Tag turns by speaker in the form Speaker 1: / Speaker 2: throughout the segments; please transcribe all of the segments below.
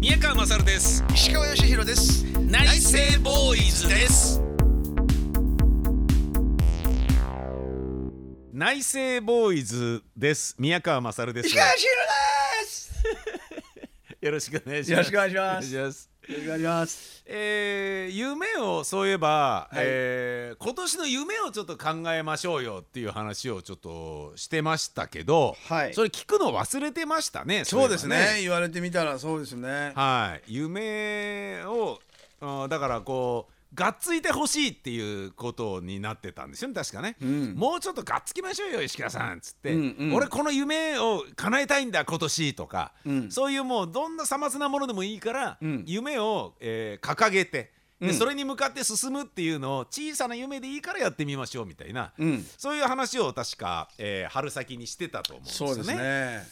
Speaker 1: 宮川勝です
Speaker 2: 石川義弘です
Speaker 1: 内政ボーイズです内政ボーイズです宮川勝です
Speaker 2: 石川義弘です
Speaker 1: よろしくお願いします
Speaker 2: よろしくお願いしま
Speaker 1: お願いします
Speaker 2: すよろしくお願いします
Speaker 1: えー、夢をそういえば、
Speaker 2: はい
Speaker 1: えー今年の夢をちょっと考えましょうよっていう話をちょっとしてましたけど、
Speaker 2: はい
Speaker 1: それ聞くの忘れてましたね
Speaker 2: そうですね
Speaker 1: いえば
Speaker 2: 言われてみたらそうですね
Speaker 1: はい、夢をあーだからこうがっついてほしいっていうことになってたんですよね確かね、
Speaker 2: ん
Speaker 1: もうちょっとがっつきましょうよ石川さんっつって、
Speaker 2: うんうん
Speaker 1: 俺この夢を叶えたいんだ今年とか、
Speaker 2: うん
Speaker 1: そういうもうどんなさまつなものでもいいから、
Speaker 2: うん
Speaker 1: 夢を、えー掲げてで、
Speaker 2: うん
Speaker 1: それに向かって進むっていうのを小さな夢でいいからやってみましょうみたいな、
Speaker 2: うん
Speaker 1: そういう話を確か、えー春先にしてたと思うんですよ
Speaker 2: そうですね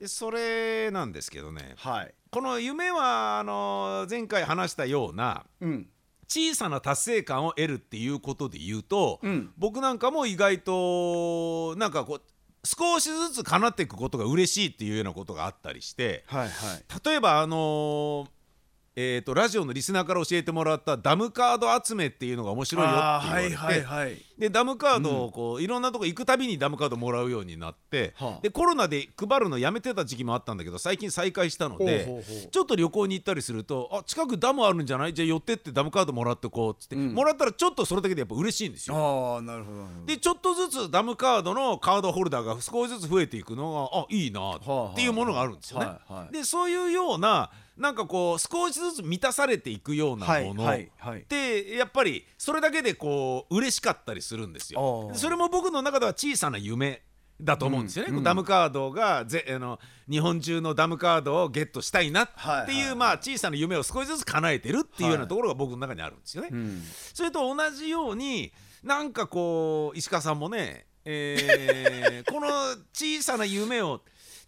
Speaker 1: でそれなんですけどね、
Speaker 2: はい
Speaker 1: この夢はあの前回話したような
Speaker 2: うん
Speaker 1: 小さな達成感を得るっていうことで言うと、
Speaker 2: うん
Speaker 1: 僕なんかも意外となんかこう少しずつ叶っていくことが嬉しいっていうようなことがあったりして
Speaker 2: はいはい
Speaker 1: 例えばあのえーとラジオのリスナーから教えてもらったダムカード集めっていうのが面白いよっ
Speaker 2: あ
Speaker 1: て
Speaker 2: ー
Speaker 1: 言わ
Speaker 2: は
Speaker 1: れ
Speaker 2: い
Speaker 1: て、
Speaker 2: はいはい
Speaker 1: でダムカードをこう、いろんなとこ行くたびにダムカードもらうようになって、
Speaker 2: はあ
Speaker 1: でコロナで配るのやめてた時期もあったんだけど最近再開したので
Speaker 2: ほうほうほう
Speaker 1: ちょっと旅行に行ったりするとあ近くダムあるんじゃないじゃあ寄ってってダムカードもらってこうっつって、
Speaker 2: うん
Speaker 1: もらったらちょっとそれだけでやっぱ嬉しいんですよ。
Speaker 2: ああなるほどなるほど
Speaker 1: でちょっとずつダムカードのカードホルダーが少しずつ増えていくのがあいいな
Speaker 2: あはあ
Speaker 1: っていうものがあるんですよね。
Speaker 2: はいはい
Speaker 1: でそういうようななんかこう少しずつ満たされていくような
Speaker 2: はい
Speaker 1: もの、
Speaker 2: はいはい
Speaker 1: でやっぱりそれだけでこう嬉しかったりするんですよ
Speaker 2: あ。ー
Speaker 1: それも僕の中では小さな夢だと思うんですよね。
Speaker 2: うんうん
Speaker 1: ダムカードがぜあの日本中のダムカードをゲットしたいなっていう、
Speaker 2: はいはい
Speaker 1: まあ小さな夢を少しずつ叶えてるっていうようなところが僕の中にあるんですよね。
Speaker 2: うん
Speaker 1: それと同じようになんかこう石川さんもね、え ーこの小さな夢を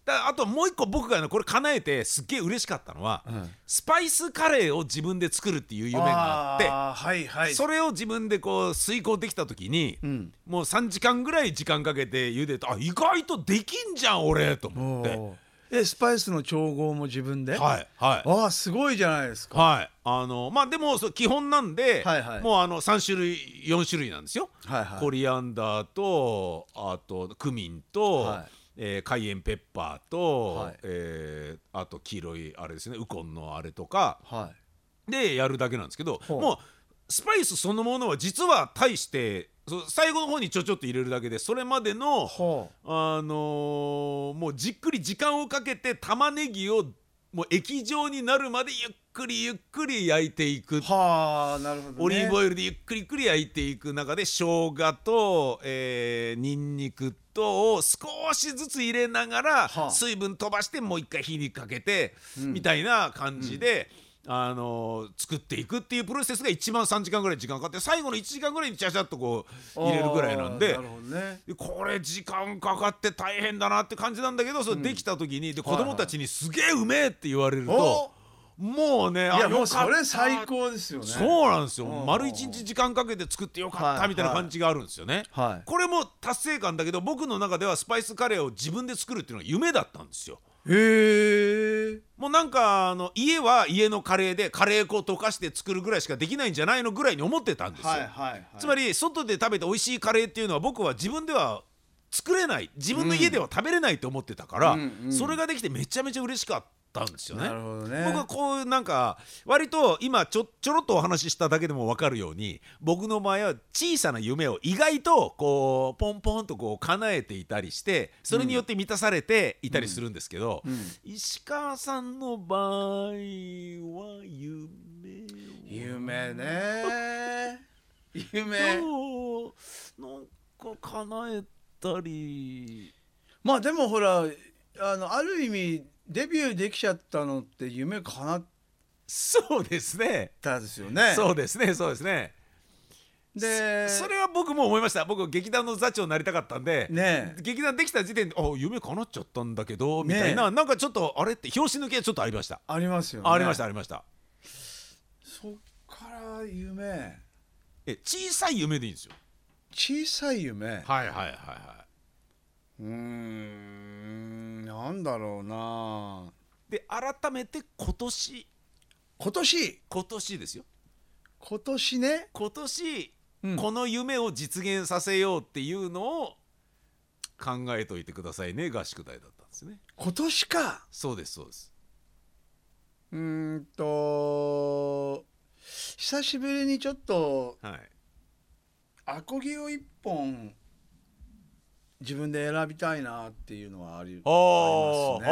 Speaker 1: だあともう一個僕がねこれ叶えてすっげえ嬉しかったのは、
Speaker 2: うん
Speaker 1: スパイスカレーを自分で作るっていう夢があって
Speaker 2: あーはいはい
Speaker 1: それを自分でこう遂行できた時に、
Speaker 2: うん
Speaker 1: もう3時間ぐらい時間かけて茹でたあ意外とできんじゃん俺と思
Speaker 2: お
Speaker 1: って
Speaker 2: ーえスパイスの調合も自分で
Speaker 1: はいはい
Speaker 2: ああすごいじゃないですか
Speaker 1: はいあのまあでもそう基本なんで、
Speaker 2: はいはい
Speaker 1: もうあの3種類4種類なんですよ、
Speaker 2: はいはい
Speaker 1: コリアンダーとあとクミンと、
Speaker 2: はい
Speaker 1: えーカイエンペッパーと、
Speaker 2: はい
Speaker 1: えーあと黄色いあれですねウコンのあれとか
Speaker 2: はい
Speaker 1: でやるだけなんですけど
Speaker 2: ほう
Speaker 1: もうスパイスそのものは実は大してそう最後の方にちょちょっと入れるだけでそれまでの
Speaker 2: ほう
Speaker 1: あのーもうじっくり時間をかけて玉ねぎをもう液状になるまでゆっくりゆっくり焼いていく、
Speaker 2: はあなるほどね
Speaker 1: オリーブオイルでゆっくりゆっくり焼いていく中で生姜と、えー、ニンニクとを少しずつ入れながら、
Speaker 2: はあ
Speaker 1: 水分飛ばしてもう一回火にかけて、
Speaker 2: うん
Speaker 1: みたいな感じで。あのー作っていくっていうプロセスが一番3時間ぐらい時間かかって最後の1時間ぐらいにちゃちゃっとこう入れるぐらいなんで
Speaker 2: あーなるほどね
Speaker 1: でこれ時間かかって大変だなって感じなんだけどそれできた時に、で子供たちに「すげえうめえ!」って言われると、もうね
Speaker 2: い
Speaker 1: あ
Speaker 2: やも
Speaker 1: よ
Speaker 2: う
Speaker 1: か
Speaker 2: そ
Speaker 1: った
Speaker 2: れ最高ですよね
Speaker 1: そうなんですよ
Speaker 2: うん
Speaker 1: 丸一日時間かけて作ってよかっ
Speaker 2: は
Speaker 1: た
Speaker 2: い
Speaker 1: みたいな感じがあるんですよね。
Speaker 2: はい
Speaker 1: これも達成感だけど僕の中ではスパイスカレーを自分で作るっていうのが夢だったんですよ。
Speaker 2: へえ
Speaker 1: もうなんかあの家は家のカレーでカレー粉を溶かして作るぐらいしかできないんじゃないのぐらいに思ってたんですよ。
Speaker 2: はいはいはい
Speaker 1: つまり外で食べて美味しいカレーっていうのは僕は自分では作れない自分の家では食べれないと思ってたから、
Speaker 2: うんうん
Speaker 1: それができてめちゃめちゃ嬉しかったんですよね
Speaker 2: なる。ほどね
Speaker 1: 僕はこういうなんか割と今ちょちょろっとお話ししただけでも分かるように僕の場合は小さな夢を意外とこうポンポンとこう叶えていたりしてそれによって満たされていたりするんですけど、
Speaker 2: うん
Speaker 1: 石川さんの場合は夢を
Speaker 2: 夢ね夢
Speaker 1: どうなんか叶えたり
Speaker 2: まあでもほらあのある意味デビューできちゃったのって夢叶っ
Speaker 1: そうですね
Speaker 2: たですよね
Speaker 1: そうですねそうですね
Speaker 2: で
Speaker 1: それは僕も思いました僕劇団の座長になりたかったんで、
Speaker 2: ね
Speaker 1: 劇団できた時点で「あ夢叶っちゃったんだけど」みたいな、なんかちょっとあれって拍子抜けちょっとありました、
Speaker 2: ありますよね
Speaker 1: ありましたありました
Speaker 2: そっから夢
Speaker 1: え小さい夢でいいんですよ
Speaker 2: 小さい夢、
Speaker 1: はいはいはいは
Speaker 2: うーんなんだろうない
Speaker 1: で改めて今年
Speaker 2: 今年
Speaker 1: 今年ですよ
Speaker 2: 今年ね、
Speaker 1: 今年、
Speaker 2: うん
Speaker 1: この夢を実現させようっていうのを考えといてくださいね合宿題だったんですね
Speaker 2: 今年か
Speaker 1: そうですそうです
Speaker 2: うーんと久しぶりにちょっと
Speaker 1: はい
Speaker 2: アコギを一本自分で選びたいなっていうのはあり
Speaker 1: あー
Speaker 2: あります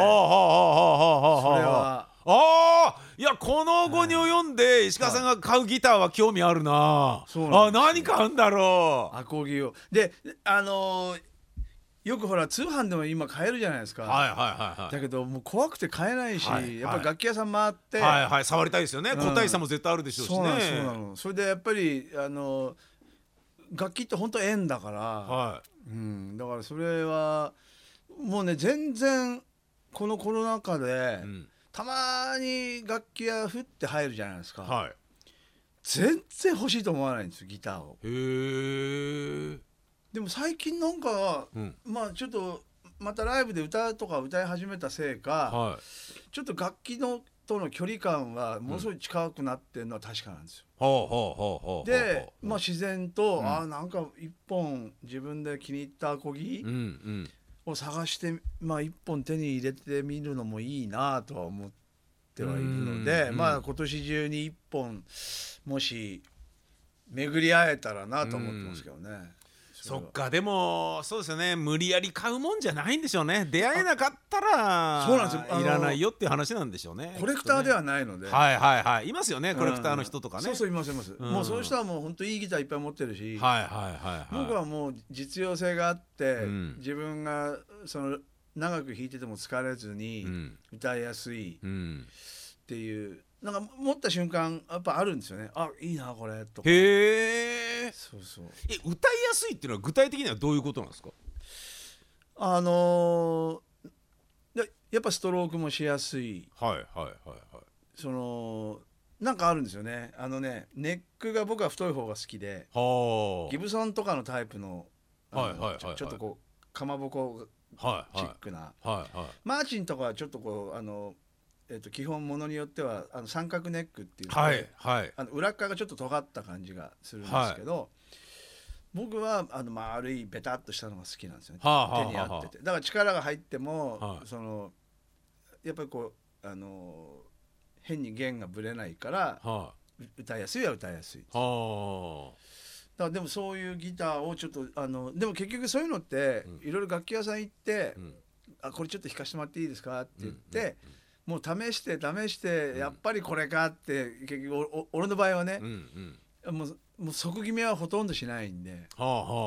Speaker 1: あーはあ
Speaker 2: ね
Speaker 1: はあはあはあ
Speaker 2: そ
Speaker 1: はあ
Speaker 2: れは
Speaker 1: ああいやこの後に及んで石川さんが買うギターは興味あるな,、
Speaker 2: そうなん
Speaker 1: あ
Speaker 2: ですよ
Speaker 1: 何買うんだろう
Speaker 2: アコギをであのーよくほら通販でも今買えるじゃないですか、
Speaker 1: はいはいはいは
Speaker 2: だけどもう怖くて買えないし、
Speaker 1: はい
Speaker 2: やっぱ楽器屋さん回って、
Speaker 1: いはいはい触りたいですよね
Speaker 2: ん
Speaker 1: 個体差も絶対あるでしょうしね
Speaker 2: そうなのそうなのそれでやっぱりあの楽器って本当縁だから、
Speaker 1: は
Speaker 2: うん、だからそれはもうね全然このコロナ禍で、
Speaker 1: い、うん
Speaker 2: たまに楽器屋ふって入るじゃないですか、
Speaker 1: はい
Speaker 2: 全然欲しいと思わないんですよギターを
Speaker 1: へえ
Speaker 2: でも最近なんか
Speaker 1: うん
Speaker 2: まあちょっとまたライブで歌とか歌い始めたせいか
Speaker 1: はい
Speaker 2: ちょっと楽器のとの距離感がものすごい近くなってるのは確かなんですよ、
Speaker 1: ほうほうほうほうほう
Speaker 2: で、まあ、
Speaker 1: あ
Speaker 2: 自然と、
Speaker 1: うん
Speaker 2: ああなんか一本自分で気に入ったアコギ
Speaker 1: うんうん
Speaker 2: を探して、まあ、一本手に入れてみるのもいいなとは思ってはいるの
Speaker 1: うん
Speaker 2: で、
Speaker 1: うん
Speaker 2: まあ、今年中に一本もし巡り会えたらなと思ってますけどね。
Speaker 1: そ
Speaker 2: れは
Speaker 1: っかでもそうですよね無理やり買うもんじゃないんでしょうね出会えなかったら
Speaker 2: あそうなんですよあの
Speaker 1: いらないよっていう話なんでしょうね
Speaker 2: コレクターで
Speaker 1: は
Speaker 2: はないので、
Speaker 1: はいはいはいいますよねコレクターの人とかね、
Speaker 2: そうそういますいます、
Speaker 1: ん
Speaker 2: もうそういう人はもう本当いいギターいっぱい持ってるし、
Speaker 1: はいはいはいはい
Speaker 2: 僕はもう実用性があって、
Speaker 1: うん
Speaker 2: 自分がその長く弾いてても疲れずに
Speaker 1: うん
Speaker 2: 歌いやすい
Speaker 1: うん
Speaker 2: っていう、なんか持った瞬間やっぱあるんですよねあいいなこれとか
Speaker 1: へえ
Speaker 2: そうそう
Speaker 1: え歌いやすいっていうのは具体的にはどういうことなんですか
Speaker 2: あのーでやっぱストロークもしやすい
Speaker 1: はいはいはいはい
Speaker 2: そのなんかあるんですよねあのねネックが僕は太い方が好きで
Speaker 1: は
Speaker 2: ギブソンとかのタイプのあの
Speaker 1: はいはいはい
Speaker 2: ちょちょっとこうかまぼこ
Speaker 1: あはい
Speaker 2: チ
Speaker 1: はい
Speaker 2: ックな、
Speaker 1: はいはい
Speaker 2: マーチンとかはちょっとこうあの、えっと基本ものによってはあの三角ネックっていうので
Speaker 1: はいはい
Speaker 2: あの裏っ側がちょっと尖った感じがするんですけど、僕はあの丸いベタっとしたのが好きなんですよね、
Speaker 1: はあはあ
Speaker 2: 手に合っててだから力が入っても、
Speaker 1: はい
Speaker 2: そのやっぱりこうあの変に弦がぶれないから
Speaker 1: は
Speaker 2: う歌いやすいは歌いやすいだ
Speaker 1: いは
Speaker 2: からでもそういうギターをちょっとあのでも結局そういうのって、
Speaker 1: うん
Speaker 2: いろいろ楽器屋さん行っ
Speaker 1: あ
Speaker 2: て、
Speaker 1: うん
Speaker 2: あこれちょっと弾かしてもらっていいですか?」って言って、もう試して試して、
Speaker 1: うん
Speaker 2: やっぱりこれかって結局おお俺の場合はね
Speaker 1: うん、うん
Speaker 2: もうもう即決めはほとんどしないんで
Speaker 1: はあはあはあ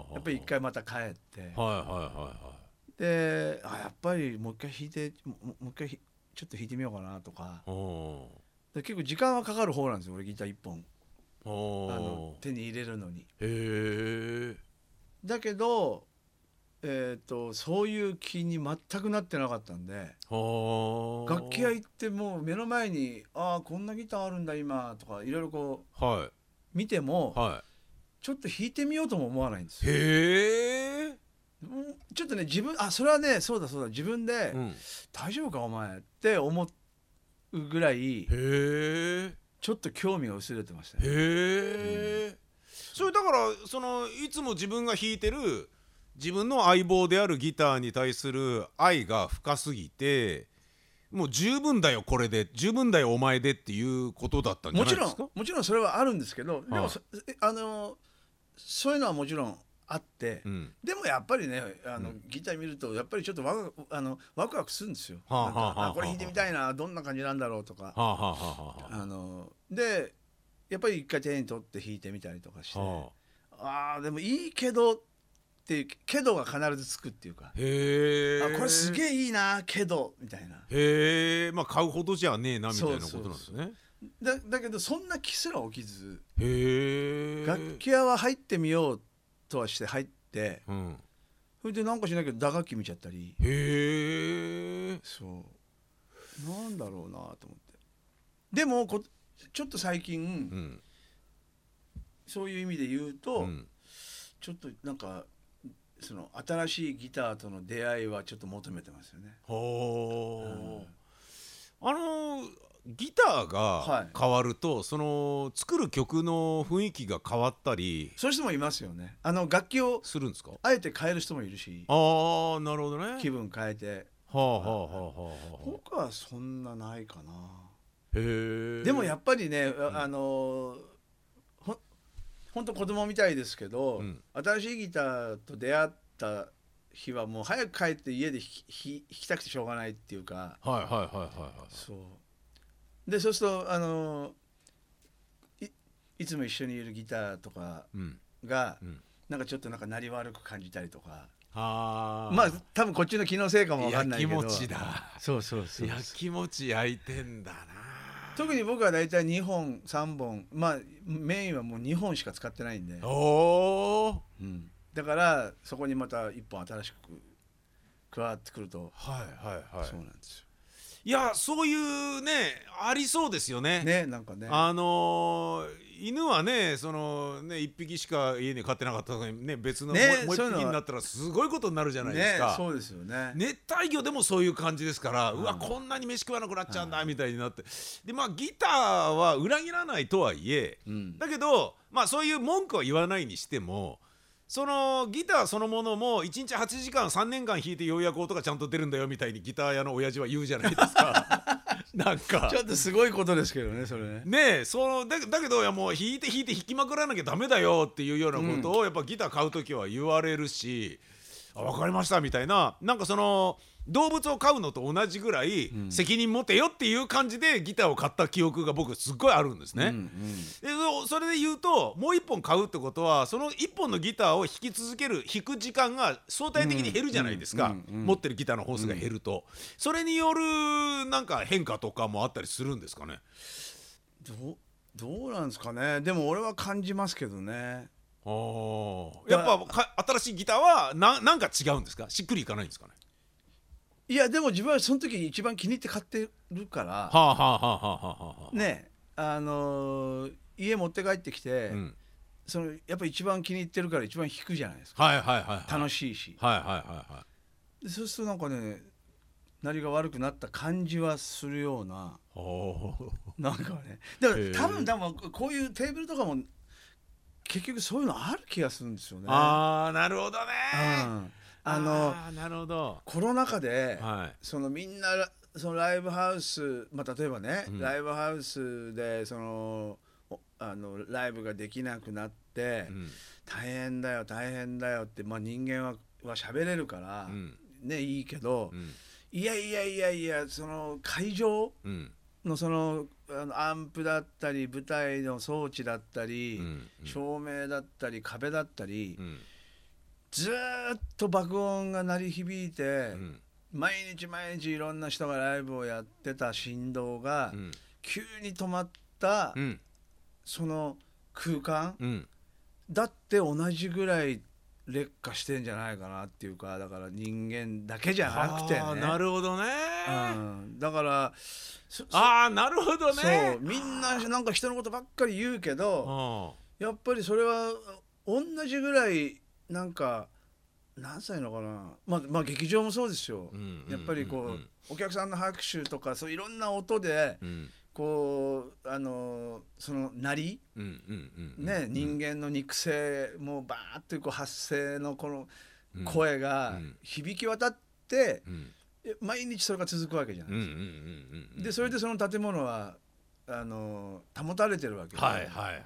Speaker 1: はあ
Speaker 2: やっぱり一回また帰って
Speaker 1: はいはいはいはい
Speaker 2: であやっぱりもう一回弾いてもももう一回ひちょっと弾いてみようかなとか
Speaker 1: お
Speaker 2: で結構時間はかかる方なんですよ俺ギター一本
Speaker 1: ー
Speaker 2: あ
Speaker 1: お
Speaker 2: の
Speaker 1: ー
Speaker 2: 手に入れるのに。
Speaker 1: へえ
Speaker 2: だけどえー、とそういう気に全くなってなかったんで
Speaker 1: はあ
Speaker 2: 楽器屋行ってもう目の前に「ああこんなギターあるんだ今」とかいろいろこ
Speaker 1: は
Speaker 2: う見ても
Speaker 1: いは
Speaker 2: ちょっと弾いてみようとも思わないんです
Speaker 1: い
Speaker 2: よ。
Speaker 1: へえ
Speaker 2: うんちょっとね自分あそれはねそうだそうだ自分で、
Speaker 1: うん
Speaker 2: 大丈夫かお前って思うぐらい
Speaker 1: へえ
Speaker 2: ちょっと興味が薄れてましたね
Speaker 1: へえ、それだからそのいつも自分が弾いてる自分の相棒であるギターに対する愛が深すぎてもう十分だよこれで十分だよお前でっていうことだったんじゃな
Speaker 2: も
Speaker 1: い
Speaker 2: ち
Speaker 1: で
Speaker 2: ろ
Speaker 1: すか
Speaker 2: んもちろんそれはあるんですけど、で
Speaker 1: は
Speaker 2: も
Speaker 1: い
Speaker 2: そえあのそういうのはもちろんあって、
Speaker 1: うん
Speaker 2: でもやっぱりねあの、
Speaker 1: う
Speaker 2: ギター見るとやっぱりちょっとワクあのワクワクするんですよ。
Speaker 1: はあ
Speaker 2: なんか
Speaker 1: はあはあ
Speaker 2: あこれ弾いてみたいなどんな感じなんだろうとか。
Speaker 1: はあはあはあは
Speaker 2: あのでやっぱり一回手に取って弾いてみたりとかして、
Speaker 1: あはあ
Speaker 2: あーでもいいけどっていうけどが必ずつくっていうか、
Speaker 1: へえ
Speaker 2: あこれすげえいいなけどみたいな
Speaker 1: へえまあ買うほどじゃねえなみたいなことなんです
Speaker 2: そう
Speaker 1: ね
Speaker 2: だだけどそんな気すら起きず
Speaker 1: へえ
Speaker 2: 楽器屋は入ってみようとはして入って
Speaker 1: うん
Speaker 2: それでなんかしないけど打楽器見ちゃったり
Speaker 1: へえ
Speaker 2: そうなんだろうなと思ってでもこちょっと最近、
Speaker 1: うん
Speaker 2: そういう意味で言うと、
Speaker 1: うん
Speaker 2: ちょっとなんかその新しいギターとの出会いはちょっと求めてますよね
Speaker 1: ほーあのギター
Speaker 2: は
Speaker 1: が
Speaker 2: い
Speaker 1: 変わると、その作る曲の雰囲気が変わったり
Speaker 2: そういう人もいますよねあの楽器を
Speaker 1: するんですか
Speaker 2: あえて変える人もいるし
Speaker 1: ああなるほどね。は
Speaker 2: 気分変えて
Speaker 1: あはあはあはあはあ。
Speaker 2: 僕はそんなないかな
Speaker 1: へえ。
Speaker 2: でもやっぱりね、ああのほんほんと子供みたいですけど、
Speaker 1: うん
Speaker 2: 新しいギターと出会った日はもう早く帰って家で弾き弾き弾きたくてしょうがないっていうか
Speaker 1: はいはいはいはいはい。
Speaker 2: そうでそうするとあのいいつも一緒にいるギターとか
Speaker 1: うん。
Speaker 2: が、
Speaker 1: うん
Speaker 2: なんかちょっとなんか鳴り悪く感じたりとか
Speaker 1: は
Speaker 2: まあ多分こっちの気のせいかもわか
Speaker 1: や
Speaker 2: んない
Speaker 1: き
Speaker 2: けど
Speaker 1: もちだ。
Speaker 2: そうそうそう
Speaker 1: やきもち焼いてんだな。
Speaker 2: 特に僕は大体2本3本まあメインはもう2本しか使ってないんで、
Speaker 1: おお。
Speaker 2: うんだからそこにまた1本新しく加わってくると、
Speaker 1: はいはいは
Speaker 2: そう
Speaker 1: い。
Speaker 2: なんです
Speaker 1: いやそういうねありそうですよね。
Speaker 2: よねなんかね
Speaker 1: あのー犬はねそのね一匹しか家に飼ってなかったのにね別のもう
Speaker 2: ね
Speaker 1: もう一
Speaker 2: そういうのは
Speaker 1: 匹になったらすごいことになるじゃないです
Speaker 2: ね
Speaker 1: か。
Speaker 2: そうですよね
Speaker 1: 熱帯魚でもそういう感じですから、うわ
Speaker 2: うん
Speaker 1: こんなに飯食わなくなっちゃうんだみたいになって、でまあギターは裏切らないとはいえ
Speaker 2: うん、
Speaker 1: だけどまあそういう文句は言わないにしてもそのギターそのものも1日8時間3年間弾いてようやく音がちゃんと出るんだよみたいにギター屋の親父は言うじゃないです かなんか
Speaker 2: ちょっとすごいことですけどねそれね
Speaker 1: ねえそのだだけどいやもう弾いて弾いて弾きまくらなきゃダメだよっていうようなことを、やっぱギター買う時は言われるし「あ分かりました」みたいななんかその動物を飼うのと同じぐらい、
Speaker 2: ん
Speaker 1: 責任持てよっていう感じでギターを買った記憶が僕すっごいあるんですね。
Speaker 2: うんうん
Speaker 1: でそそれで言うともう一本買うってことはその一本のギターを弾き続ける弾く時間が相対的に減るじゃないですか、
Speaker 2: うんうんうん
Speaker 1: 持ってるギターの本数が減ると、それによるなんか変化とかもあったりするんですかね
Speaker 2: どうどうなんですかねでも俺は感じますけどね
Speaker 1: ああ
Speaker 2: だ
Speaker 1: やっぱか新しいギターはななんか違うんですかしっくりいかないんですかね
Speaker 2: いやでも自分はその時一番気に入って買ってるから
Speaker 1: はあはあはあはあはあはあ
Speaker 2: ねあのー家持って帰ってきて、
Speaker 1: うん
Speaker 2: そのやっぱ一番気に入ってるから一番弾くじゃないですか
Speaker 1: はいはいはいはい
Speaker 2: 楽しいし、
Speaker 1: はいはいはいはい
Speaker 2: でそうするとなんかね鳴りが悪くなった感じはするよう な
Speaker 1: おお
Speaker 2: なんかねでも
Speaker 1: へえ
Speaker 2: 多分多分こういうテーブルとかも結局そういうのある気がするんですよね。
Speaker 1: ああなるほどね
Speaker 2: うんあの
Speaker 1: ーなるほど
Speaker 2: コロナ禍で、
Speaker 1: はい
Speaker 2: そのみんなそのライブハウス、まあ、例えばね、
Speaker 1: うん
Speaker 2: ライブハウスでそのおあのライブができなくなって、
Speaker 1: うん
Speaker 2: 大変だよ大変だよって、まあ、人間はは喋れるから、
Speaker 1: うん
Speaker 2: ねいいけど、
Speaker 1: うん
Speaker 2: いやいやいやいやその会場
Speaker 1: うん
Speaker 2: のそのあのアンプだったり舞台の装置だったり、
Speaker 1: うん
Speaker 2: 照明だったり壁だったり、
Speaker 1: うん
Speaker 2: ずーっと爆音が鳴り響いて。
Speaker 1: うん
Speaker 2: 毎日毎日いろんな人がライブをやってた振動が
Speaker 1: うん
Speaker 2: 急に止まった
Speaker 1: うん
Speaker 2: その空間
Speaker 1: うん
Speaker 2: だって同じぐらい劣化してんじゃないかなっていうかだから人間だけじゃなくてね
Speaker 1: あーなるほどね
Speaker 2: うん、だからそ
Speaker 1: ああなるほど
Speaker 2: そ
Speaker 1: ね
Speaker 2: うみんななんか人のことばっかり言うけど
Speaker 1: そ
Speaker 2: やっぱりそれは同じぐらいなんか何歳のかな、まあ、まあ劇場もそうですよ。
Speaker 1: うん
Speaker 2: やっぱりこう、
Speaker 1: うんうん
Speaker 2: お客さんの拍手とかそういろんな音で
Speaker 1: うん
Speaker 2: こうあのーその鳴り
Speaker 1: うんうんうんうん
Speaker 2: ね、人間の肉声もバーってこう発声のこの
Speaker 1: うん
Speaker 2: 声が
Speaker 1: うん
Speaker 2: 響き渡って、
Speaker 1: うん
Speaker 2: え毎日それが続くわけじゃない、
Speaker 1: うんうんうんうん
Speaker 2: でそれでその建物はあのー保たれてるわけで、
Speaker 1: はいはいはいはい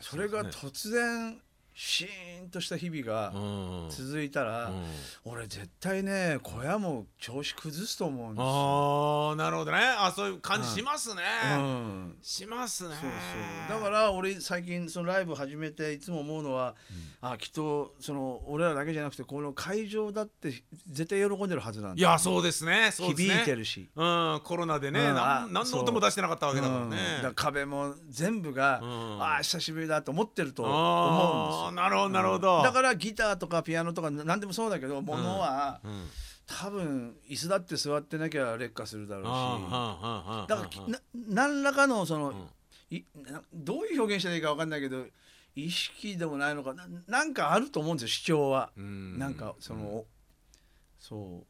Speaker 2: それが
Speaker 1: うですね
Speaker 2: 突然シーンとした日々
Speaker 1: う
Speaker 2: が
Speaker 1: ん
Speaker 2: 続いたら、
Speaker 1: うん
Speaker 2: 俺絶対ね小屋も調子崩すと思うんですよ。
Speaker 1: ああなるほどねあそういう感じしますね
Speaker 2: うん
Speaker 1: しますね
Speaker 2: そうそうだから俺最近そのライブ始めていつも思うのは、あきっとその俺らだけじゃなくてこの会場だって絶対喜んでるはずなん
Speaker 1: い
Speaker 2: だ
Speaker 1: やそうですねそうですね
Speaker 2: 響いてるし、
Speaker 1: うんコロナでね
Speaker 2: うん
Speaker 1: な
Speaker 2: あ
Speaker 1: ん何
Speaker 2: そ
Speaker 1: の
Speaker 2: う
Speaker 1: 音も出してなかったわけだから
Speaker 2: うん
Speaker 1: ね
Speaker 2: だから壁も全部が、
Speaker 1: うん
Speaker 2: ああ久しぶりだと思ってると思うんです
Speaker 1: あ
Speaker 2: よ
Speaker 1: あなるほどなるほど
Speaker 2: だからギターとかピアノとか何でもそうだけどものは、
Speaker 1: うん
Speaker 2: 多分椅子だって座ってなきゃ劣化するだろうし、
Speaker 1: あー
Speaker 2: だからきな何らかのその、
Speaker 1: ん
Speaker 2: いなどういう表現したらいいか分かんないけど意識でもないのかななんかあると思うんですよ主張は、なんかその、そ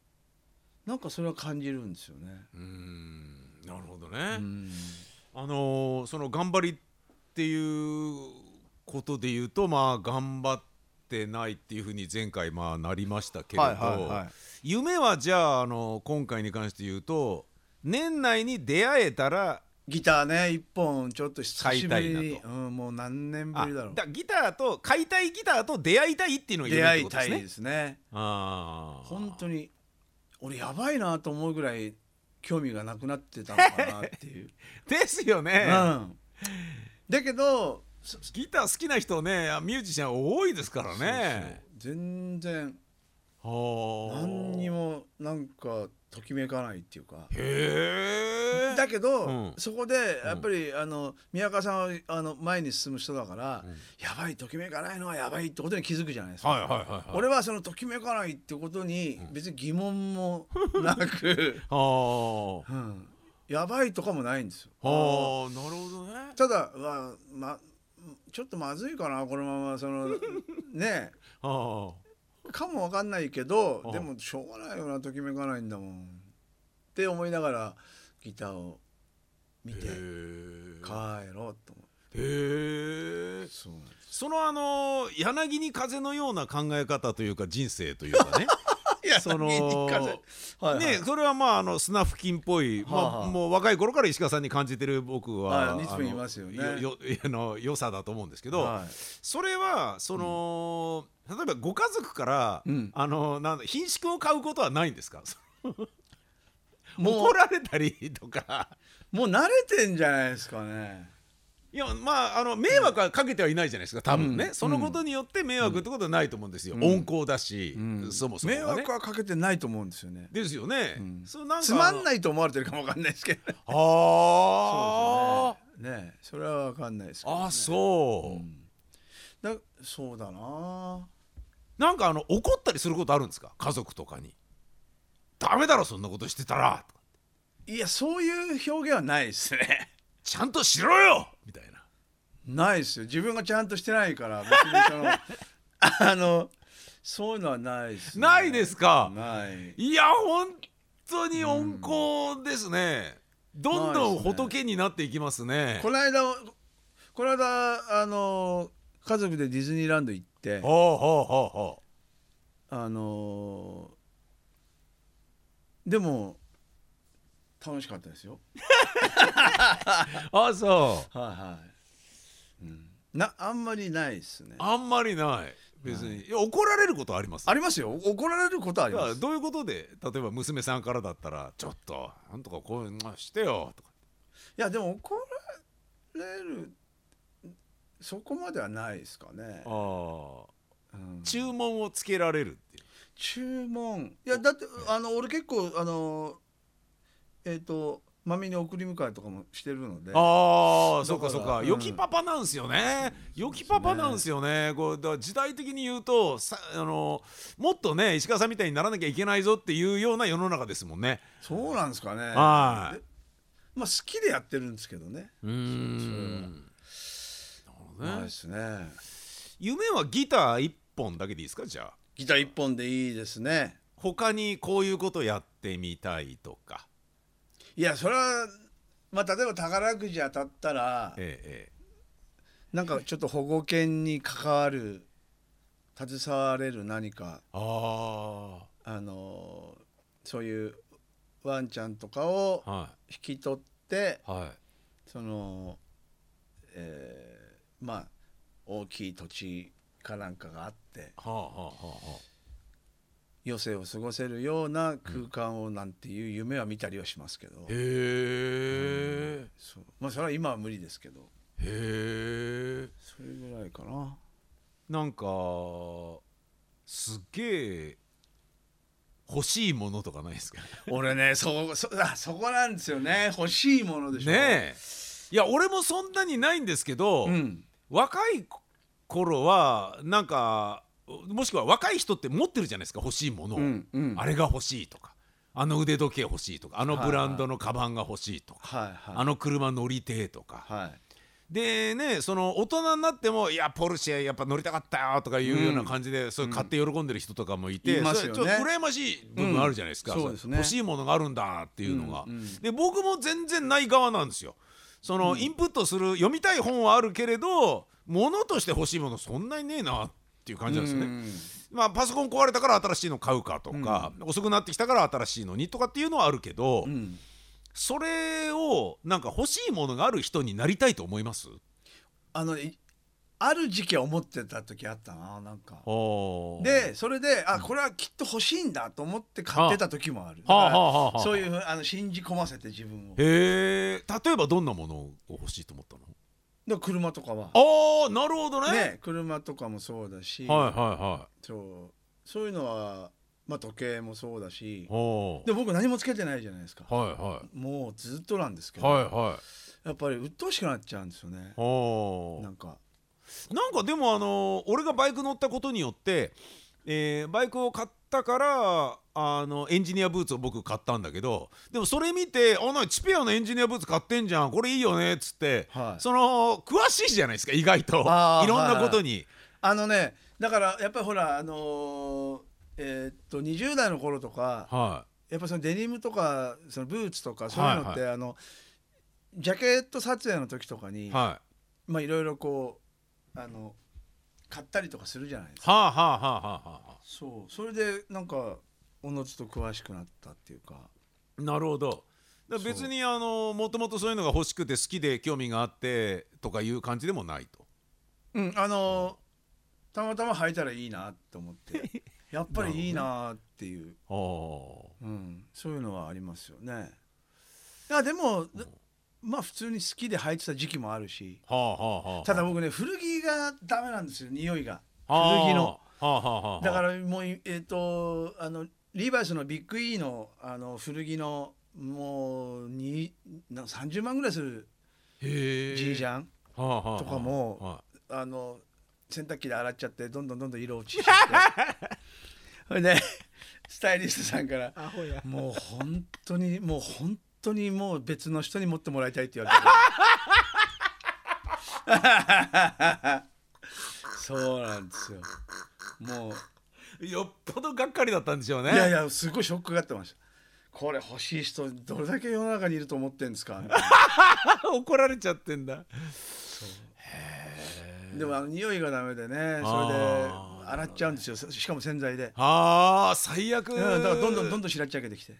Speaker 2: うなんかそれは感じるんですよね。
Speaker 1: うんなるほどね、
Speaker 2: うん
Speaker 1: あのーその頑張りっていうことで言うとまあ頑張ってないっていうふうに前回まあなりましたけれど、
Speaker 2: はいはいはい
Speaker 1: 夢はじゃあ、あの今回に関して言うと年内に出会えたら
Speaker 2: ギターね一本ちょっと久しぶ
Speaker 1: 買
Speaker 2: り
Speaker 1: い
Speaker 2: に
Speaker 1: たいなと
Speaker 2: うん、もう何年ぶ
Speaker 1: あ
Speaker 2: りだろう
Speaker 1: だギターと買いたいギターと出会いたいっていうのが
Speaker 2: 出
Speaker 1: 夢っ
Speaker 2: 会
Speaker 1: て
Speaker 2: い
Speaker 1: ことで
Speaker 2: た
Speaker 1: す
Speaker 2: い
Speaker 1: ね
Speaker 2: で。すね
Speaker 1: あー
Speaker 2: 本当に俺やばいなと思うぐらい興味がなくなってたのかなって いう、
Speaker 1: ですよ
Speaker 2: う
Speaker 1: ね、
Speaker 2: ん、だけど
Speaker 1: ギター好きな人ねミュージシャン多いですからね。
Speaker 2: そうそう全然
Speaker 1: はあ
Speaker 2: 何にもなんかときめかないっていうか
Speaker 1: へえ
Speaker 2: だけど、
Speaker 1: うん
Speaker 2: そこでやっぱり、あの宮川さんはあの前に進む人だから、やばいときめかないのはやばいってことに気づくじゃないですか、
Speaker 1: はいはいはいはい
Speaker 2: 俺はそのときめかないってことに別に疑問もなく、
Speaker 1: は
Speaker 2: うん、やばいとかもないんですよ。
Speaker 1: あはあなるほどね
Speaker 2: ただうわまちょっとまずいかなこのままその ね
Speaker 1: は
Speaker 2: かもわかんないけど
Speaker 1: あ
Speaker 2: でもしょうがないよなときめかないんだもんって思いながらギターを見
Speaker 1: あ
Speaker 2: て
Speaker 1: へ
Speaker 2: 帰ろうと思う
Speaker 1: え
Speaker 2: そうなんです
Speaker 1: そのあの柳に風のような考え方というか人生というか ね
Speaker 2: いや
Speaker 1: その
Speaker 2: はいはい
Speaker 1: ねそれはまああのスナフキンっぽい、
Speaker 2: はあは
Speaker 1: ま
Speaker 2: あ
Speaker 1: あ、もう若い頃から石川さんに感じてる僕は、
Speaker 2: はい
Speaker 1: あの
Speaker 2: いつも言いますよね
Speaker 1: よよあの良さだと思うんですけど、
Speaker 2: は
Speaker 1: それはその、例えばご家族から、
Speaker 2: うん
Speaker 1: あのなんだ品種を買うことはないんですか
Speaker 2: いも
Speaker 1: 怒られたりとか
Speaker 2: うもう慣れてんじゃないですかね
Speaker 1: いやまああの迷惑はかけてはいないじゃないですか多分ね、
Speaker 2: うん
Speaker 1: そのことによって迷惑ってことはないと思うんですよ、
Speaker 2: うん
Speaker 1: 温厚だし、そもそもが
Speaker 2: 迷
Speaker 1: ね
Speaker 2: 惑はかけてないと思うんですよね
Speaker 1: ですよね、
Speaker 2: うん
Speaker 1: そうなんか
Speaker 2: つまん
Speaker 1: い
Speaker 2: ないと思われてるかもわかんないですけどね
Speaker 1: あ
Speaker 2: そうですよねねそれはわかんないですけ
Speaker 1: ー
Speaker 2: ど、ね、
Speaker 1: あそう、
Speaker 2: だそうだな
Speaker 1: なんかあの怒ったりすることあるんですか家族とかにダメだろそんなことしてたら
Speaker 2: いやそういう表現はないですね
Speaker 1: ちゃんとしろよみたいな
Speaker 2: ないですよ自分がちゃんとしてないから別にその あのそういうのはないです、ね、
Speaker 1: ないですか、
Speaker 2: ない
Speaker 1: いや本当に温厚ですね、どんどん仏になっていきますね
Speaker 2: この間この間あの家族でディズニーランド行って
Speaker 1: ほうほうほうほう
Speaker 2: あのでも楽しかったですよ
Speaker 1: あそう
Speaker 2: はいはい、うん、なあんまりないですねあ
Speaker 1: あんまりない別に、いや怒られることあります
Speaker 2: りますよ怒られることはあり
Speaker 1: だか
Speaker 2: ま
Speaker 1: ら
Speaker 2: す
Speaker 1: どういうことで例えば娘さんからだったら「ちょっとなんとかこういうのしてよ」とか
Speaker 2: いやでも怒られるそこまではないですかね、
Speaker 1: あ
Speaker 2: うん
Speaker 1: あ注文をつけられるっていう
Speaker 2: 注文いやだってあの俺結構あのえっ、とまみに送り迎えとかもしてるので
Speaker 1: ああ
Speaker 2: だ
Speaker 1: そ
Speaker 2: から
Speaker 1: うかそうか、
Speaker 2: うん
Speaker 1: よきパパなんすよねよきパパなんすよねこうだから時代的に言うとさあのもっとね石川さんみたいにならなきゃいけないぞっていうような世の中ですもんね
Speaker 2: そうなんですかね
Speaker 1: はい
Speaker 2: でまあ好きでやってるんですけどね
Speaker 1: うーんなる
Speaker 2: な
Speaker 1: ほど
Speaker 2: いで
Speaker 1: ね
Speaker 2: すね
Speaker 1: 夢はギター1本だけでいいですかじゃあ
Speaker 2: ギター一本でいいですね
Speaker 1: 他にこういうことやってみたいとか
Speaker 2: いやそれはまあ例えば宝くじ当たったら
Speaker 1: ええ
Speaker 2: なんかちょっと保護犬に関わる携われる何か
Speaker 1: あ
Speaker 2: あのそういうワンちゃんとかを
Speaker 1: あは
Speaker 2: 引き取って
Speaker 1: いはい
Speaker 2: その、えーまあ大きい土地かなんかがあって
Speaker 1: はあはあはあは
Speaker 2: 余生を過ごせるような空間をなんていう夢は見たりはしますけど
Speaker 1: あ、へ
Speaker 2: そうまあそれは今は無理ですけど
Speaker 1: えへえ
Speaker 2: それぐらいかな。
Speaker 1: なんかすっげえ欲しいものとかないですか
Speaker 2: 俺ねそそあそこなんですよね欲しいものでしょ
Speaker 1: ねえいや俺もそんなにないんですけど、
Speaker 2: うん、
Speaker 1: 若い頃はなんかもしくは若い人って持ってるじゃないですか欲しいものを、
Speaker 2: うんうん
Speaker 1: あれが欲しいとかあの腕時計欲しいとかあの
Speaker 2: はいはい
Speaker 1: ブランドのカバンが欲しいとか、
Speaker 2: はいはい
Speaker 1: あの車乗りてえとか、
Speaker 2: はい
Speaker 1: でねその大人になっても「いやポルシェやっぱ乗りたかったよ」とかいうような感じで、そう買って喜んでる人とかもいて、
Speaker 2: いますよね
Speaker 1: それちょっと羨ましい部分あるじゃないですか、
Speaker 2: うんそうですね
Speaker 1: 欲しいものがあるんだっていうのが、
Speaker 2: うんうん
Speaker 1: で僕も全然ない側なんですよその、インプットする読みたい本はあるけれどものとして欲しいものそんなにねえなっていう感じなんですよね、まあ、パソコン壊れたから新しいの買うかとか、遅くなってきたから新しいのにとかっていうのはあるけど、
Speaker 2: うんうん
Speaker 1: それをなんか欲しいものがある人になりたいと思います
Speaker 2: あのいある時期は思ってた時あったななんか。
Speaker 1: で、
Speaker 2: でそれであこれはきっと欲しいんだと思って買ってた時もある、
Speaker 1: はあ
Speaker 2: だから
Speaker 1: はあはあはあ
Speaker 2: そういうふうあの信じ込ませて自分をだか
Speaker 1: へえ例えばどんなものを欲しいと思ったの
Speaker 2: ら車とかは
Speaker 1: ああなるほどね
Speaker 2: ね車とかもそうだし、
Speaker 1: はいはいはい
Speaker 2: そうそういうのは、まあ、時計もそうだし
Speaker 1: おー
Speaker 2: で僕何もつけてないじゃないですか
Speaker 1: はいは
Speaker 2: もうずっとなんですけ
Speaker 1: い
Speaker 2: ど、
Speaker 1: はいは
Speaker 2: やっぱり鬱陶しくなっちゃうんですよね
Speaker 1: いおー
Speaker 2: なんか
Speaker 1: なんかでもあのー俺がバイク乗ったことによって、えーバイクを買ったからあのエンジニアブーツを僕買ったんだけどでもそれ見て「あなチペアのエンジニアブーツ買ってんじゃんこれいいよね」っつって、
Speaker 2: はい
Speaker 1: その詳しいじゃないですか意外と
Speaker 2: あー
Speaker 1: いろんなことに。
Speaker 2: あのねだからやっぱりほらあのーえーっと20代の頃とか
Speaker 1: は
Speaker 2: やっぱそのデニムとかそのブーツとかそういうのって、
Speaker 1: はい
Speaker 2: あのジャケット撮影の時とか
Speaker 1: い
Speaker 2: に、
Speaker 1: はい
Speaker 2: まあいろいろこうあの買ったりとかするじゃないですか
Speaker 1: はあはあはあはあはあ
Speaker 2: そうそれでなんかおのずと詳しくなったっていうか
Speaker 1: なるほどだから別にあのもともとそういうのが欲しくて好きで興味があってとかいう感じでもないと。
Speaker 2: うんあのーたまたま履いたらいいなと思って やっぱりいいなっていう、
Speaker 1: ああ
Speaker 2: うん、そういうのはありますよねいやでも、まあ普通に好きで履いてた時期もあるし
Speaker 1: はあはあはあ
Speaker 2: ただ僕ね古着がダメなんですよ匂いが
Speaker 1: あー
Speaker 2: 古着の
Speaker 1: はあはあはあ
Speaker 2: だからもうえっ、とあのリーバイスのビッグ E のあの古着のもうにな30万ぐらいする
Speaker 1: へえ
Speaker 2: G ジ
Speaker 1: ャ
Speaker 2: ャン
Speaker 1: と
Speaker 2: とかも
Speaker 1: は
Speaker 2: あの洗濯機で洗っちゃってどんどんどんどん色落ちしちゃって それでスタイリストさんから
Speaker 1: アホや
Speaker 2: 「もう本当にもう本当にもう別の人に持ってもらいたい」って言われて そうなんですよもう
Speaker 1: よっぽどがっかりだったんでしょうね
Speaker 2: いやいやすごいショックがあってましたこれ欲しい人どれだけ世の中にいると思ってんですかみたいな
Speaker 1: 怒られちゃってんだ
Speaker 2: でもあの匂いがダメでねそれで
Speaker 1: あー
Speaker 2: 洗っちゃうんですよしかも洗剤で、
Speaker 1: あー最悪、
Speaker 2: うん、だからどんどんどん
Speaker 1: ん
Speaker 2: どん白っちゃけてきて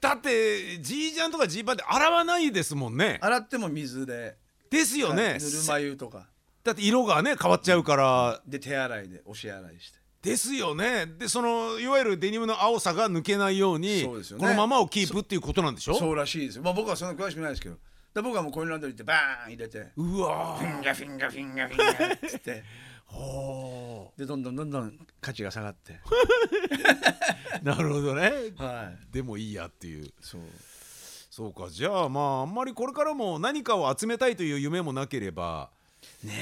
Speaker 1: だってジージャンとかジーパンって洗わないですもんね
Speaker 2: 洗っても水で、
Speaker 1: ですよね、
Speaker 2: ぬるま湯とか
Speaker 1: だって色がね変わっちゃうから
Speaker 2: で手洗いでおし洗いして
Speaker 1: ですよねでそのいわゆるデニムの青さが抜けないように
Speaker 2: そうですよね
Speaker 1: このままをキープっていうことなんでしょ
Speaker 2: そうらしいですよ、まあ、僕はそんな詳しくないですけどで僕はもうコインランドリー行ってバーン入 れて
Speaker 1: うわ
Speaker 2: フ
Speaker 1: ー
Speaker 2: ィンガフィンガフィンガフィンガっつって
Speaker 1: ほ
Speaker 2: でどんどんどんどん価値が下がって
Speaker 1: ーなるほどね
Speaker 2: はい
Speaker 1: でもいいやっていう
Speaker 2: そう
Speaker 1: そうかじゃあまああんまりこれからも何かを集めたいという夢もなければ
Speaker 2: ね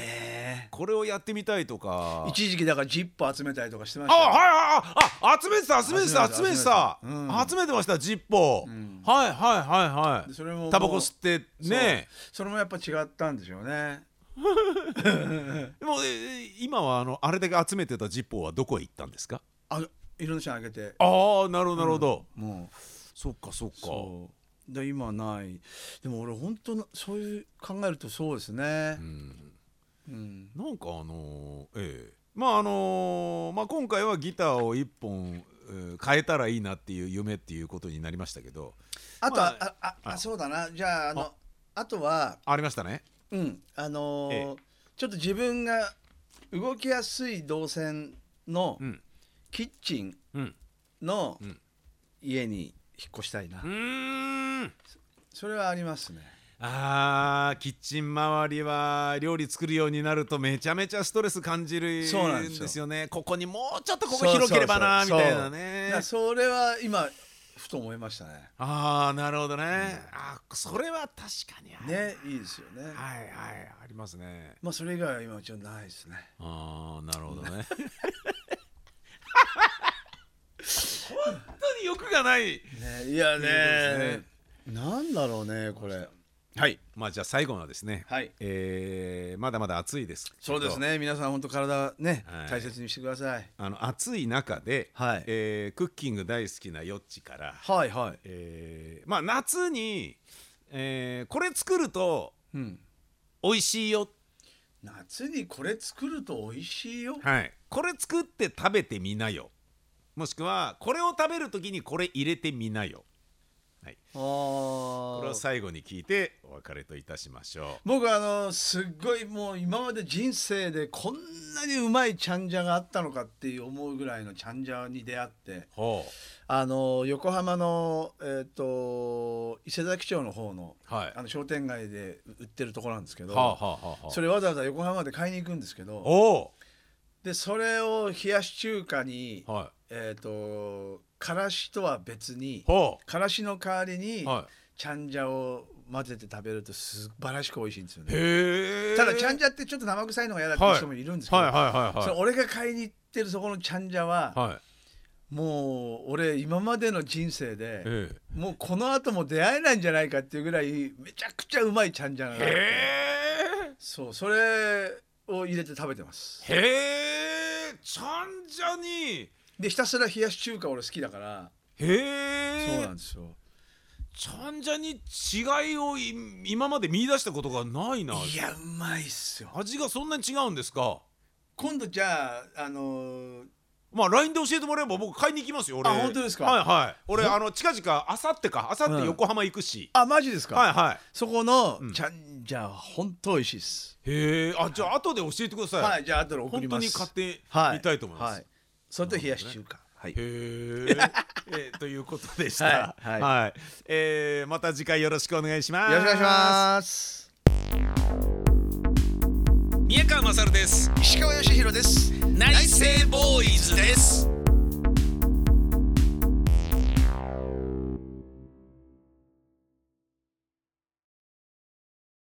Speaker 2: え
Speaker 1: これをやってみたいとか
Speaker 2: 一時期だからジップ集めたりとかしてま
Speaker 1: あ
Speaker 2: したよ
Speaker 1: はいはいはいあ集めてた集めてた集
Speaker 2: 集
Speaker 1: め
Speaker 2: め
Speaker 1: てた
Speaker 2: てた集めてたうん
Speaker 1: 集めてましたジッポ
Speaker 2: ん
Speaker 1: はいはいはいは
Speaker 2: でそれもも
Speaker 1: いうタバコ吸ってね
Speaker 2: そうそれもやっぱ違ったんでしょうね
Speaker 1: でもえー今はあのあれだけ集めてたジッポはどこへ行ったんですか
Speaker 2: あいろんな人にあげて
Speaker 1: ああなるほどなるほど、
Speaker 2: も
Speaker 1: そっかそっか
Speaker 2: うそうで今はないでも俺本当なそういう考えるとそうですね
Speaker 1: うん
Speaker 2: うん、
Speaker 1: なんかあのーええまああのーまあ、今回はギターを1本、えー変えたらいいなっていう夢っていうことになりましたけど
Speaker 2: あとは、
Speaker 1: ま
Speaker 2: あああそうだなじゃああのあとは
Speaker 1: ありましたね
Speaker 2: うんあのー
Speaker 1: え
Speaker 2: ちょっと自分が動きやすい動線の
Speaker 1: うん
Speaker 2: キッチン
Speaker 1: うん
Speaker 2: の
Speaker 1: うん
Speaker 2: 家に引っ越したいな、
Speaker 1: ん
Speaker 2: それはありますね
Speaker 1: あーキッチン周りは料理作るようになるとめちゃめちゃストレス感じるん
Speaker 2: そうなんですよ
Speaker 1: ですよねここにもうちょっとここ広ければなみ
Speaker 2: そうそう
Speaker 1: た
Speaker 2: そ
Speaker 1: い
Speaker 2: う
Speaker 1: な
Speaker 2: だ
Speaker 1: ね
Speaker 2: からそれは今ふと思いましたね
Speaker 1: ああなるほどね、あーそれは確かにある
Speaker 2: ねいいですよね
Speaker 1: はいはいありますね
Speaker 2: まあそれ以外は今はちょっとないですね
Speaker 1: ああなるほどね本当に欲がない
Speaker 2: ねいや
Speaker 1: ね
Speaker 2: ねなんだろうねこれはい
Speaker 1: まあじゃあ最後のですね、
Speaker 2: はい
Speaker 1: えーまだまだ暑いですけど
Speaker 2: そうですね皆さん本当体ね、
Speaker 1: はい
Speaker 2: 大切にしてください
Speaker 1: あの暑い中で、
Speaker 2: はい
Speaker 1: えークッキング大好きなヨッチから、
Speaker 2: はいはい
Speaker 1: えーまあ夏に、えーこれ作ると
Speaker 2: うん
Speaker 1: 美味しいよ、
Speaker 2: 夏にこれ作ると美味しいよ
Speaker 1: はい、これ作って食べてみなよもしくはこれを食べる時にこれ入れてみなよ
Speaker 2: あ
Speaker 1: これを
Speaker 2: ー
Speaker 1: 最後に聞いてお別れといたしましょ
Speaker 2: 僕あのすっごいもう今まで人生でこんなにうまいちゃんじゃがあったのかっていう思うぐらいのちゃんじゃに出会って
Speaker 1: う。ほ
Speaker 2: あの横浜の、えっと伊勢崎町の方の
Speaker 1: うはい
Speaker 2: あの商店街で売ってるところなんですけど、
Speaker 1: はあはあはあはあ
Speaker 2: それわざわざ横浜まで買いに行くんですけど
Speaker 1: お
Speaker 2: でそれを冷やし中華に
Speaker 1: お、はい、
Speaker 2: えっ、とからしとは別に
Speaker 1: ほ
Speaker 2: からしの代わりに
Speaker 1: う、は
Speaker 2: ちゃんじゃを混ぜて食べると素晴らしく美味しいんですよ
Speaker 1: い、
Speaker 2: ね
Speaker 1: へえ
Speaker 2: ただちゃん
Speaker 1: じ
Speaker 2: じゃってちょっと生臭いのが嫌だっていう人もいるんですけど、
Speaker 1: はいはいはい
Speaker 2: それ
Speaker 1: は
Speaker 2: 俺が買いに行ってるそこのちゃんじゃは、
Speaker 1: いはい
Speaker 2: もう俺今までの人生で、
Speaker 1: え
Speaker 2: もうこの後も出会えないんじゃないかっていうぐらいめちゃくちゃうまいちゃんじゃがあっ
Speaker 1: え
Speaker 2: てそうそれを入れて食べてます
Speaker 1: へえちゃんじゃに
Speaker 2: でひたすら冷やし中華俺好きだから、
Speaker 1: へ
Speaker 2: そうな
Speaker 1: え
Speaker 2: んですよ
Speaker 1: ちゃんじゃに違いをい今まで見出したことがないない
Speaker 2: やうまいっすよ
Speaker 1: 味がそんなに違うんですか
Speaker 2: 今度じゃああのー
Speaker 1: まあ LINE で教えてもらえば僕買いに行きますよ俺
Speaker 2: あ本当ですか
Speaker 1: はいはい俺
Speaker 2: ほん
Speaker 1: あの近々あさってかあさって横浜行くし、
Speaker 2: あマジですか、
Speaker 1: はいはい
Speaker 2: そこの
Speaker 1: うん
Speaker 2: ちゃんじゃは本当美味しいっす
Speaker 1: へえあじゃあ後で教えてください、
Speaker 2: はいじゃあ後で送
Speaker 1: 本
Speaker 2: り
Speaker 1: 当
Speaker 2: ま
Speaker 1: に
Speaker 2: す
Speaker 1: 買って
Speaker 2: は
Speaker 1: みたいと思います、
Speaker 2: はそれと冷やし中華、はい
Speaker 1: へええ ーということでした。は、
Speaker 2: はいい
Speaker 1: えーまた次回よろしくお願いします。
Speaker 2: よろしくお願いします
Speaker 1: す。宮川勝です。
Speaker 2: 石川義弘です
Speaker 1: 内政ボーイズです。